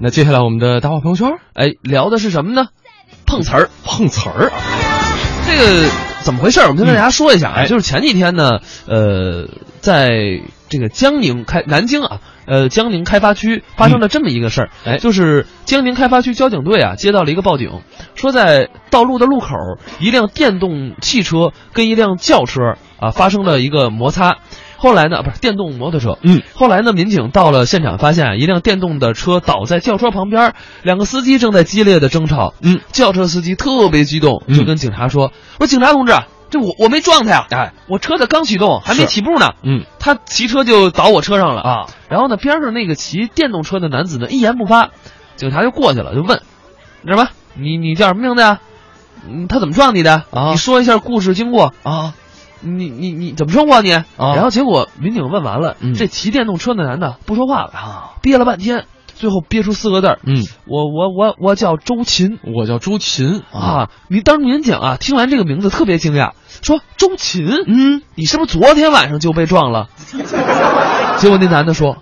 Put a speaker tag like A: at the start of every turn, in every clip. A: 那接下来我们的大话朋友圈，
B: 哎，聊的是什么呢？碰瓷儿，
A: 碰瓷儿啊，
B: 这个怎么回事儿？我们跟大家说一下啊，
A: 哎
B: 就是前几天呢，呃，在这个江宁开南京啊，呃，江宁开发区发生了这么一个事儿，
A: 哎
B: 就是江宁开发区交警队啊接到了一个报警，说在道路的路口，一辆电动汽车跟一辆轿车啊发生了一个摩擦。后来呢，不是电动摩托车，
A: 嗯，
B: 后来呢，民警到了现场，发现一辆电动的车倒在轿车旁边，两个司机正在激烈的争吵。
A: 嗯，
B: 轿车司机特别激动，
A: 嗯
B: 就跟警察说：“我说警察同志，啊这我我没撞他呀，
A: 哎，
B: 我车子刚启动，还没
A: 是
B: 起步呢。”
A: 嗯
B: 他骑车就倒我车上了。
A: 啊，
B: 然后呢，边上那个骑电动车的男子呢一言不发，警察就过去了，就问：“什么？你你叫什么名字呀？嗯，他怎么撞你的？
A: 啊
B: 你说一下故事经过。
A: 啊，
B: 你你你怎么说话你？然后结果民警问完了，
A: 嗯
B: 这骑电动车的男的不说话了，
A: 啊，
B: 憋了半天，最后憋出四个字儿：
A: 嗯，
B: 我我我我叫周琴
A: 我叫周琴啊，
B: 啊！你当时民警啊，听完这个名字特别惊讶，说周琴，
A: 嗯，
B: 你是不是昨天晚上就被撞了？ 结果那男的说，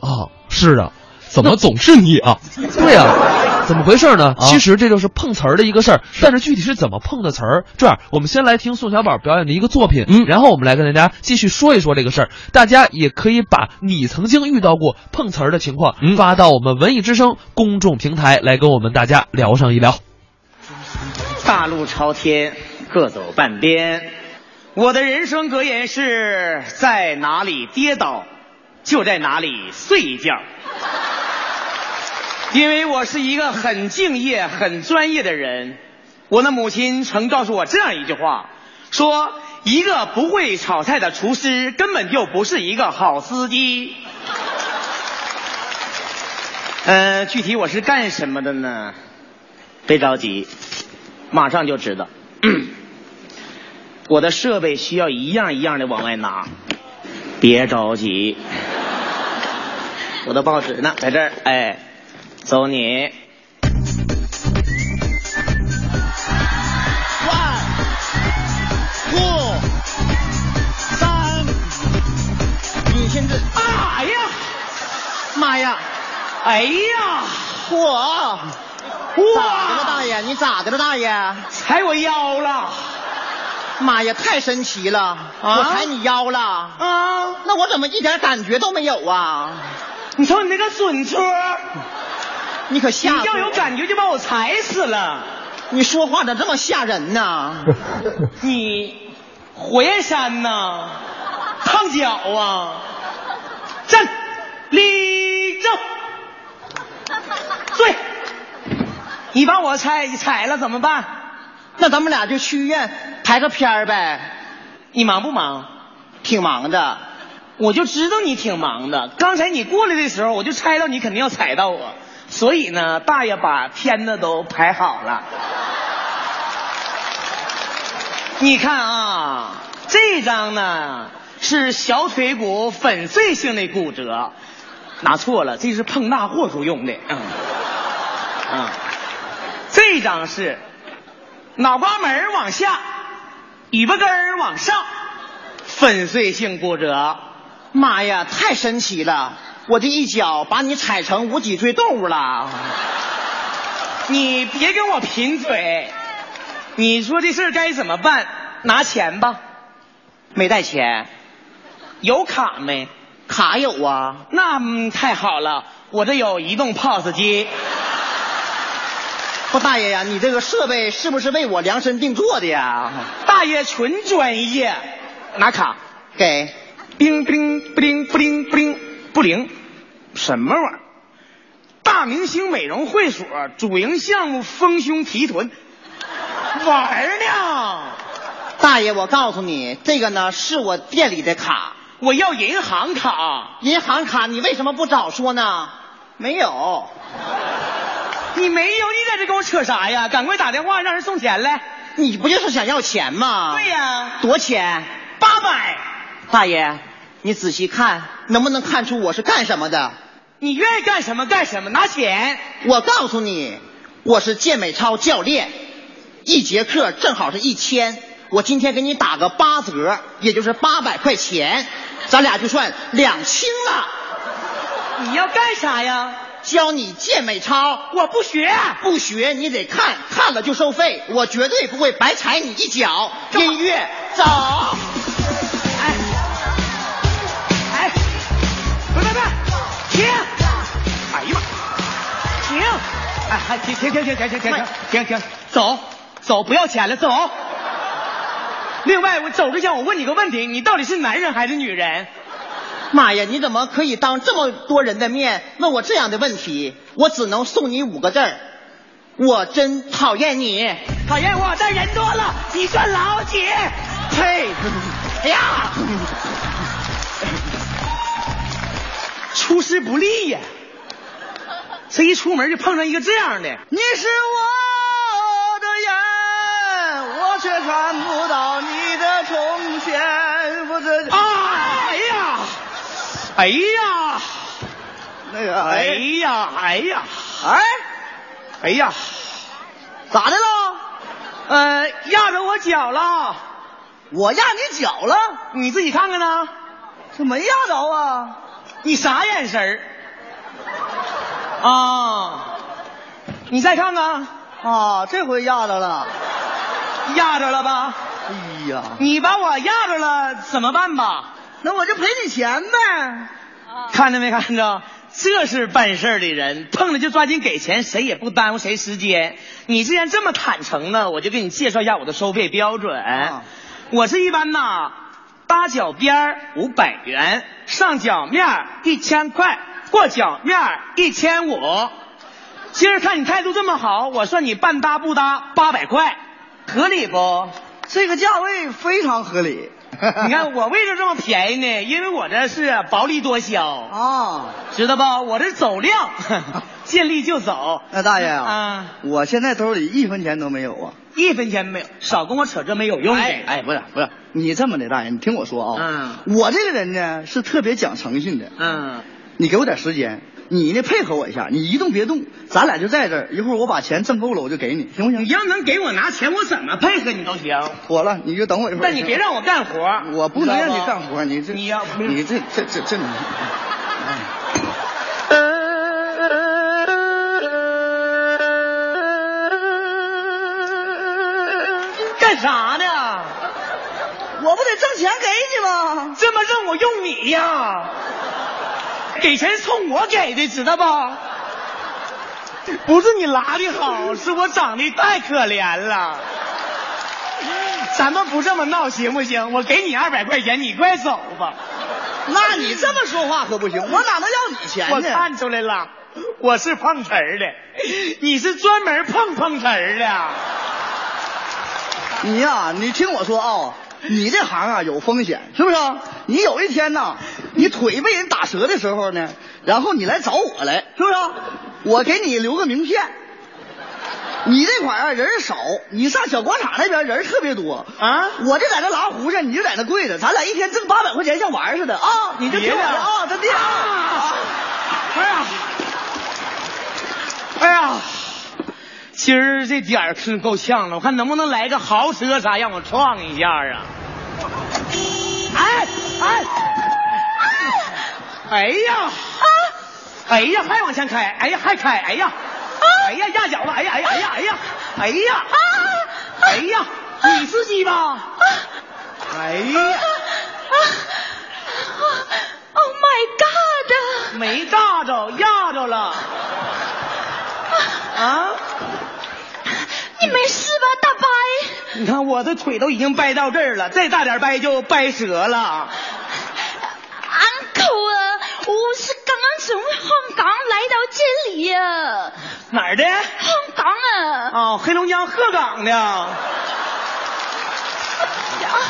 B: 啊，是的，
A: 怎么总是你啊？
B: 对呀、怎么回事呢？
A: 啊
B: 其实这就是碰瓷儿的一个事儿，但是具体是怎么碰的瓷儿，这样我们先来听宋小宝表演的一个作品，
A: 嗯
B: 然后我们来跟大家继续说一说这个事儿。大家也可以把你曾经遇到过碰瓷儿的情况、
A: 嗯
B: 发到我们文艺之声公众平台来跟我们大家聊上一聊。
C: 大路朝天，各走半边。我的人生格言是：在哪里跌倒，就在哪里睡一觉。因为我是一个很敬业、很专业的人，我的母亲曾告诉我这样一句话：说一个不会炒菜的厨师，根本就不是一个好司机。呃，具体我是干什么的呢？别着急，马上就知道。 我的设备需要一样一样的往外拿，别着急。我的报纸呢，在这儿，哎，走你。三，你现在，哎呀，妈呀，哎呀，我，
D: 咋的了，
C: 哇
D: 大，爷？你咋的了，大爷？
C: 踩我腰了
D: 妈呀，太神奇了！我踩你腰了，
C: 啊！
D: 那我怎么一点感觉都没有啊？
C: 你瞅你那个损车，
D: 你可
C: 你
D: 吓死
C: 要有
D: 我！
C: 感觉就把我踩死了。
D: 你说话咋这么吓人呢？
C: 你火焰山呐、烫脚 啊，站立正，对，你把我踩踩了怎么办？
D: 那咱们俩就去医院拍个片儿呗，
C: 你忙不忙？
D: 挺忙的。
C: 我就知道你挺忙的。刚才你过来的时候，我就猜到你肯定要踩到我，所以呢，大爷把片子都排好了。你看啊，这张呢是小腿骨粉碎性的骨折，拿错了，这是碰大货时候用的。嗯，嗯，这张是脑瓜门儿往下，尾巴根儿往上，粉碎性骨折。
D: 妈呀，太神奇了！我这一脚把你踩成无脊椎动物了。
C: 你别跟我贫嘴，你说这事儿该怎么办？拿钱吧，
D: 没带钱，
C: 有卡没？
D: 卡有啊？
C: 那、嗯太好了，我这有移动 POS 机。
D: 不，大爷呀，你这个设备是不是为我量身定做的呀？
C: 大爷纯专业，拿卡，
D: 给，
C: 叮不灵不灵不灵不灵不灵，什么玩意儿？大明星美容会所主营项目丰胸提臀，玩儿呢？
D: 大爷，我告诉你，这个呢是我店里的卡，
C: 我要银行卡，
D: 银行卡，你为什么不早说呢？没有，
C: 你没有，你在这跟我扯啥呀？赶快打电话让人送钱来。
D: 你不就是想要钱吗？
C: 对、呀、
D: 多钱？
C: 八百，
D: 大爷，你仔细看，能不能看出我是干什么的？
C: 你愿意干什么干什么，拿钱。
D: 我告诉你，我是健美操教练，一节课正好是一千，我今天给你打个八折，也就是八百块钱，咱俩就算两清了。
C: 你要干啥呀？
D: 教你健美操，
C: 我不学。
D: 不学你得看，看了就收费，我绝对不会白踩你一脚。
C: 这
D: 音乐走，
C: 哎，哎，别别别，停！哎呀妈，停！哎哎，停停停停停停停停停停，走走，不要钱了，走。另外，我走之前我问你个问题，你到底是男人还是女人？
D: 妈呀，你怎么可以当这么多人的面问我这样的问题？我只能送你五个字儿，我真讨厌你。
C: 讨厌我，但人多了，你算老几？
D: 呸！哎呀，
C: 出师不利呀！这一出门就碰上一个这样的，
D: 你是我的眼，我却看不到你的从前。不知
C: 哎呀，哎呀，
D: 那个
C: 哎呀，哎呀，
D: 哎，
C: 哎呀，
D: 咋的了？
C: 呃，压着我脚了，
D: 我压你脚了？
C: 你自己看看呢。
D: 这没压着啊！
C: 你啥眼神儿？啊，你再看看，
D: 啊，这回压着了。
C: 压着了吧？
D: 哎呀，
C: 你把我压着了，怎么办吧？啊
D: 那我就赔你钱呗。
C: 看着没看着？这是办事儿的人，碰了就抓紧给钱，谁也不耽误谁时间。你既然这么坦诚呢，我就给你介绍一下我的收费标准。
D: 啊
C: 我是一般呐，搭脚边五百元，上脚面一千块，过脚面一千五。今儿看你态度这么好，我算你半搭不搭八百块，合理不？
D: 这个价位非常合 理。
C: 你看我为什么这么便宜呢？因为我这是薄利多销。
E: 哦
D: 啊，
C: 知道吧？我这走 量，见利就走。
E: 那大爷啊，
C: 啊
E: 我现在兜里一分钱都没有啊！
C: 一分钱没有，少跟我扯这没有用的。
E: 哎哎，不是不是，你这么的，大爷，你听我说啊，我这个人呢是特别讲诚信的，
C: 嗯，
E: 你给我点时间，你呢配合我一下，你一动别动，咱俩就在这儿，一会儿我把钱挣够了我就给你，行不行？
C: 你要能给我拿钱，我怎么配合你都行。
E: 妥了，你就等我一会儿。
C: 但你别让我干活，
E: 我不能让你
C: 知道
E: 干
C: 吗。
E: 活，你这
C: 你要不是
E: 你这这这这你。
C: 干啥呢？
D: 我不得挣钱给你吗？
C: 这么让我用你呀？给钱冲我给的，知道不？不是你拉的好，是我长得太可怜了。咱们不这么闹行不行？我给你二百块钱，你快走吧。
E: 那你这么说话可不行，我哪能要你钱
C: 我看出来了，我是碰瓷儿的，你是专门碰碰瓷儿的。
E: 你呀、你听我说啊、你这行啊有风险，是不是啊？你有一天呐、你腿被人打折的时候呢，然后你来找我来，是不是啊？我给你留个名片。你这块儿啊人少，你上小广场那边人特别多
C: 啊
E: 我就在那拉胡子，你就在那跪着，咱俩一天挣八百块钱像玩儿似的啊！你就听我的啊，真的啊！
C: 哎呀，哎呀，今儿这点儿是够呛了，我看能不能来个豪车啥让我撞一下啊！哎哎，哎呀啊！哎呀，还往前开，哎呀，还开，哎呀，哎呀，压脚了，哎呀，哎呀，哎呀，哎呀，哎呀，哎呀，你司机吧？哎呀，
F: Oh my God！
C: 没炸着，压着了啊！
F: 你没事吧，大白？
C: 你看我的腿都已经掰到这儿了，再大点掰就掰折了。
F: Uncle 啊，我是刚刚从香港来到这里啊，
C: 哪儿的？
F: 香港啊，
C: 哦，黑龙江鹤岗的。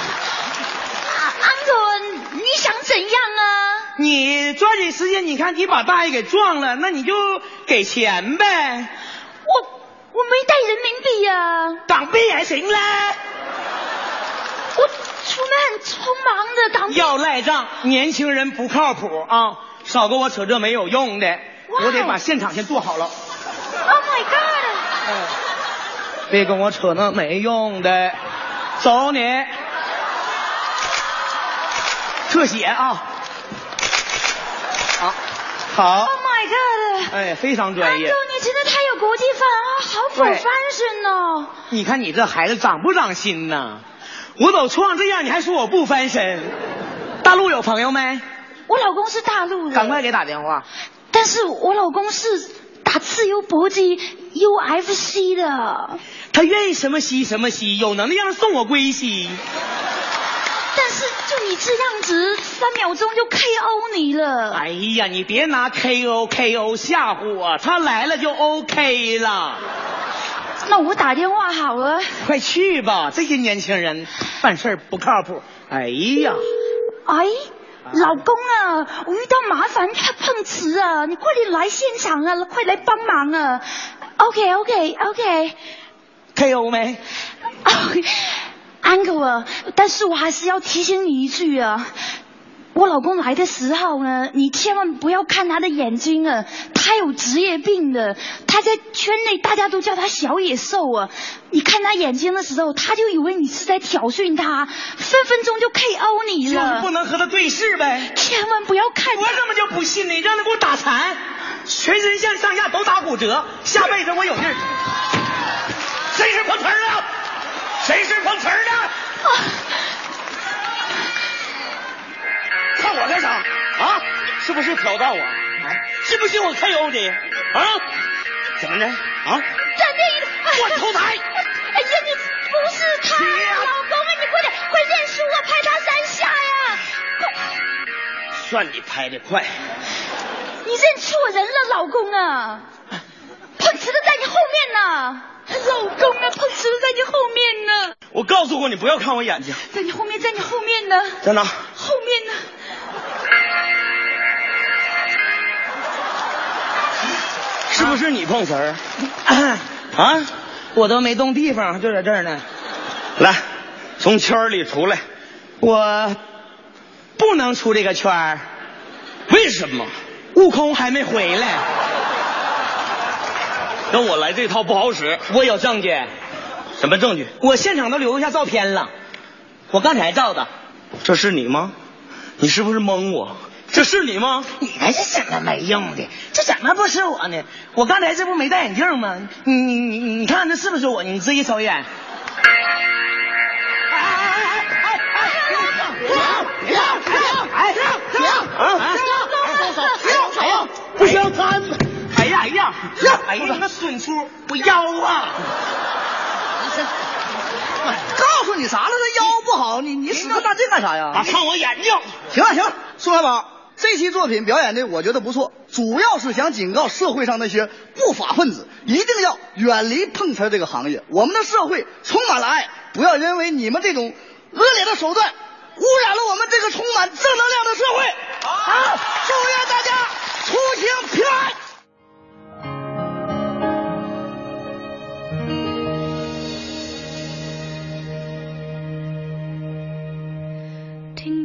F: 啊 Uncle，你想怎样啊？
C: 你抓紧时间，你看你把大爷给撞了，那你就给钱呗。
F: 我我没带人民币啊，
C: 港币还行嘞，
F: 我出门很匆忙的，港币
C: 要赖账，年轻人不靠谱啊！少跟我扯这没有用的，我得把现场先做好了。
F: Oh my God！
C: 嗯别跟我扯那没用的，走你！特写啊！好，好
F: Oh my 看了。
C: 哎，非常
F: 安
C: 专
F: 总，
C: 业。
F: 你真的太有国际范儿啊，好走 fashion 哦！
C: 你看你这孩子长不长心呐？我都创这样，你还说我不翻身？大陆有朋友没？
F: 我老公是大陆人，
C: 赶快给打电话。
F: 但是我老公是打自由搏击 UFC 的，
C: 他愿意什么西什么西，有能力让送我归西。
F: 但是就你这样子，三秒钟就 KO 你了。
C: 哎呀，你别拿 KO KO 吓唬我，他来了就 OK 了。
F: 那我打电话好了。
C: 快去吧，这些年轻人办事儿不靠谱。哎呀，
F: 哎，老公啊，我遇到麻烦他碰瓷啊，你快点来现场啊，快来帮忙啊。OK OK OK。
C: ，KO 没？
F: 安哥啊，但是我还是要提醒你一句啊，我老公来的时候呢，你千万不要看他的眼睛啊，他有职业病的，他在圈内大家都叫他小野兽啊，你看他眼睛的时候，他就以为你是在挑衅他，分分钟就 KO 你
C: 就是
F: 了，
C: 不能和他对视呗。
F: 千万不要看
C: 我
F: 他。
C: 怎么就不信呢？让他给我打残，全身上上下都打骨折，下辈子我有地儿。谁是碰瓷儿的？谁是碰瓷儿的？看我干啥？啊？是不是嫖到我？啊信不信我 KO 你？啊？怎么的？啊？
F: 站定！
C: 我投胎
F: 哎呀，你不是他，
C: 你呀
F: 老公啊，你快点，快认输啊，拍他三下呀！快，
C: 算你拍的快。
F: 你认错人了，老公啊！碰瓷的在你后面呢，老公啊，碰瓷的在你后面呢，
C: 我告诉过你不要看我眼睛，
F: 在你后面，在你后面呢，
C: 在哪？
F: 后面呢。
C: 是不是你碰瓷儿？啊，我都没动地方，就在这儿呢。来，从圈儿里出来。我不能出这个圈儿，为什么？悟空还没回来。那我来这套不好使。我有证据。什么证据？我现场都留下照片了，我刚才照的。这是你吗？你是不是蒙我？这是你吗？你还是什么没用的？这怎么不是我呢？我刚才这不没戴眼镜吗？你你你你看那是不是我？你自己瞅一眼。哎哎哎哎哎！别动！别动！别动！哎，停！啊！停！走走走！哎呀，不行，他。哎呀哎呀！哎呀，你个损出，我腰啊！
E: 告诉你啥了？这腰不好，你你使这大劲干啥呀？
C: 看我眼睛。
E: 啊行了行了，宋小宝，这期作品表演的我觉得不错，主要是想警告社会上那些不法分子，一定要远离碰瓷儿这个行业。我们的社会充满了爱，不要因为你们这种恶劣的手段，污染了我们这个充满正能量的社会。好，祝愿大家出行平安。
G: 听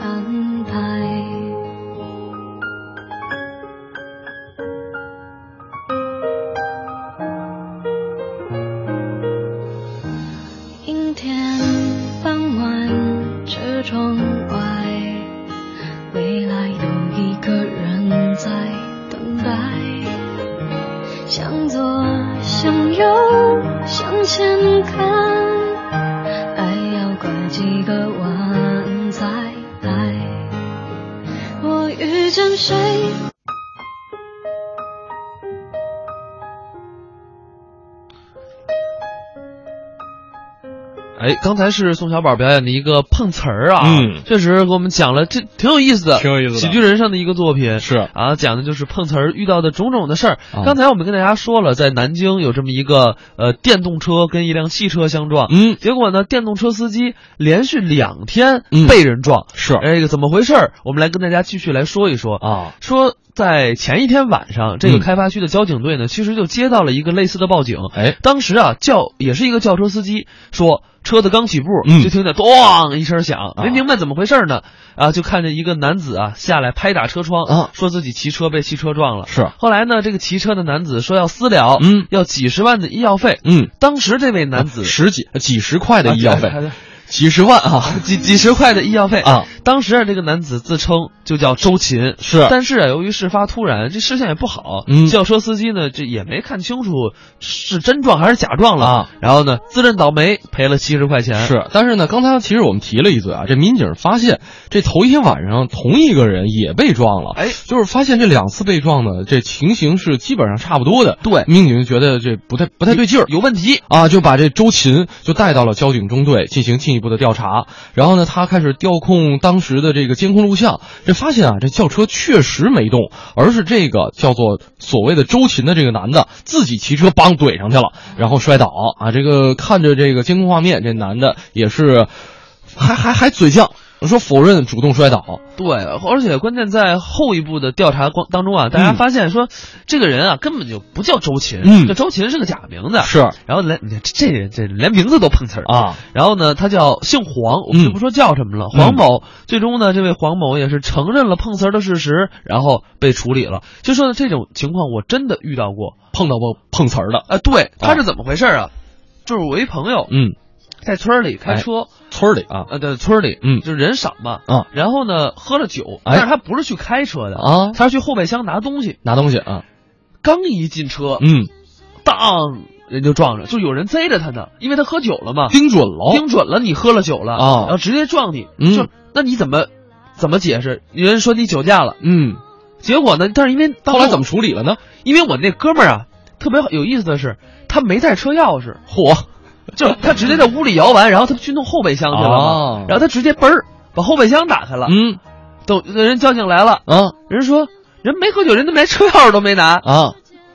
G: 安排。阴天傍晚车窗外，未来有一个人在等待。向左，向右，向前看，爱要拐几个弯才来。我遇见谁？
B: 哎，刚才是宋小宝表演的一个碰瓷儿啊，
A: 嗯
B: 确实给我们讲了，这挺有意思的，
A: 挺有意思的
B: 喜剧人上的一个作品
A: 是
B: 啊，讲的就是碰瓷儿遇到的种种的事儿。
A: 啊
B: 刚才我们跟大家说了，在南京有这么一个呃电动车跟一辆汽车相撞，
A: 嗯，
B: 结果呢，电动车司机连续两天
A: 嗯
B: 被人撞，
A: 是
B: 哎，怎么回事儿？我们来跟大家继续来说一说
A: 啊，
B: 说在前一天晚上，这个
A: 嗯
B: 开发区的交警队呢，其实就接到了一个类似的报警。
A: 哎，
B: 当时啊，轿也是一个轿车司机说，车子刚起步，
A: 嗯啊
B: 就听见咣一声响，没明白怎么回事呢，啊，就看见一个男子啊下来拍打车窗，
A: 啊
B: 说自己骑车被汽车撞了。
A: 是，
B: 后来呢，这个骑车的男子说要私了，
A: 嗯
B: 要几十万的医药费。
A: 嗯，啊
B: 当时这位男子
A: 十几几十块的医药费
B: 啊，对
A: 几十万啊，
B: 几几十块的医药费
A: 啊！
B: 当时啊，这个男子自称就叫周琴，
A: 是
B: 但是啊，由于事发突然，这视线也不好，
A: 嗯
B: 轿车司机呢这也没看清楚是真撞还是假撞了，
A: 啊
B: 然后呢自认倒霉赔了七十块钱，
A: 是，但是呢，刚才其实我们提了一嘴啊，这民警发现这头一天晚上同一个人也被撞了，
B: 哎
A: 就是发现这两次被撞呢，这情形是基本上差不多的。
B: 对
A: 民警就觉得这不太不太对劲儿，
B: 有问题，
A: 啊，就把这周琴就带到了交警中队进行进一步的调查。然后呢，他开始调控当时的这个监控录像，这发现啊，这轿车确实没动，而是这个叫做所谓的周琴的这个男的自己骑车梆怼上去了，然后摔倒啊。这个看着这个监控画面，这男的也是还还还嘴犟，说否认主动摔倒。
B: 对，而且关键在后一步的调查光当中啊，大家
A: 嗯
B: 发现说、这个人啊根本就不叫周琴，
A: 嗯
B: 这周琴是个假名字，
A: 是
B: 然后连你看这这人这连名字都碰瓷儿
A: 啊，
B: 然后呢，他叫姓黄，我们就不说叫什么了。
A: 嗯
B: 黄某最终呢，这位黄某也是承认了碰瓷儿的事实，然后被处理了。就说呢，这种情况我真的遇到过
A: 碰到过碰瓷儿的，
B: 啊。对，他是怎么回事儿啊？就是我一朋友
A: 哦嗯，
B: 在村儿里开车，
A: 村儿里啊
B: 呃，在村儿里，
A: 嗯
B: 就是人少嘛，
A: 啊，
B: 然后呢喝了酒，
A: 哎
B: 但是他不是去开车的，
A: 啊，
B: 他是去后备箱拿东西。
A: 拿东西啊，
B: 刚一进车，
A: 嗯，
B: 当人就撞着，就有人贼着他呢，因为他喝酒了嘛，
A: 盯准了，
B: 盯准了你喝了酒了
A: 哦
B: 然后直接撞你，
A: 嗯
B: 就那你怎么怎么解释？有人说你酒驾了，
A: 嗯，
B: 结果呢？但是因为当
A: 后来怎
B: 么？
A: 么处理了呢？
B: 因为我那哥们儿啊，特别有意思的是，他没带车钥匙，
A: 嚯！
B: 就他直接在屋里摇完，然后他去弄后备箱去了嘛，
A: 哦
B: 然后他直接嘣儿把后备箱打开了，
A: 嗯
B: 等人交警来了，
A: 啊
B: 人说人没喝酒，人都连车钥匙都没拿，
A: 啊，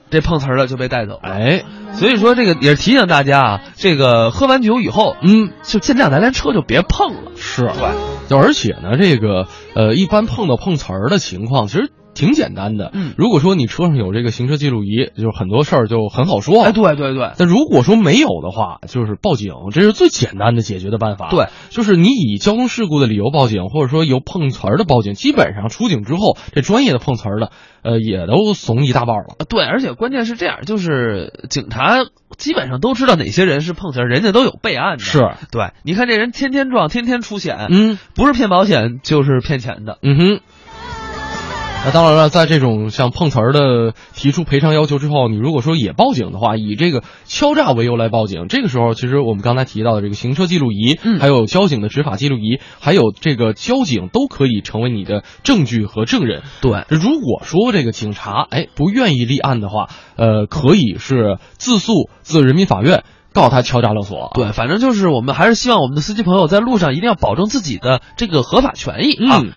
B: 这碰瓷儿的就被带走了。
A: 哎，
B: 所以说这个也是提醒大家啊，这个喝完酒以后，
A: 嗯，
B: 就尽量咱连车就别碰了。
A: 是，对，就而且呢，这个呃，一般碰到碰瓷儿的情况，其实挺简单的。
B: 嗯
A: 如果说你车上有这个行车记录仪，就是很多事儿就很好说。
B: 哎，。对对对，
A: 但如果说没有的话，就是报警，这是最简单的解决的办法。
B: 对，
A: 就是你以交通事故的理由报警，或者说由碰瓷儿的报警，基本上出警之后，这专业的碰瓷儿的，呃，也都怂一大半了。
B: 啊，对，而且关键是这样，就是警察基本上都知道哪些人是碰瓷儿，人家都有备案的。，
A: 是，
B: 对，你看这人天天撞，天天出险，
A: 嗯
B: 不是骗保险就是骗钱的。
A: 嗯哼。那当然了，在这种像碰瓷儿的提出赔偿要求之后，你如果说也报警的话，以这个敲诈为由来报警，这个时候其实我们刚才提到的这个行车记录仪，
B: 嗯
A: 还有交警的执法记录仪，还有这个交警都可以成为你的证据和证人。
B: 对，
A: 如果说这个警察哎不愿意立案的话，呃，可以是自诉自人民法院告他敲诈勒索。
B: 对，反正就是我们还是希望我们的司机朋友在路上一定要保证自己的这个合法权益啊。
A: 嗯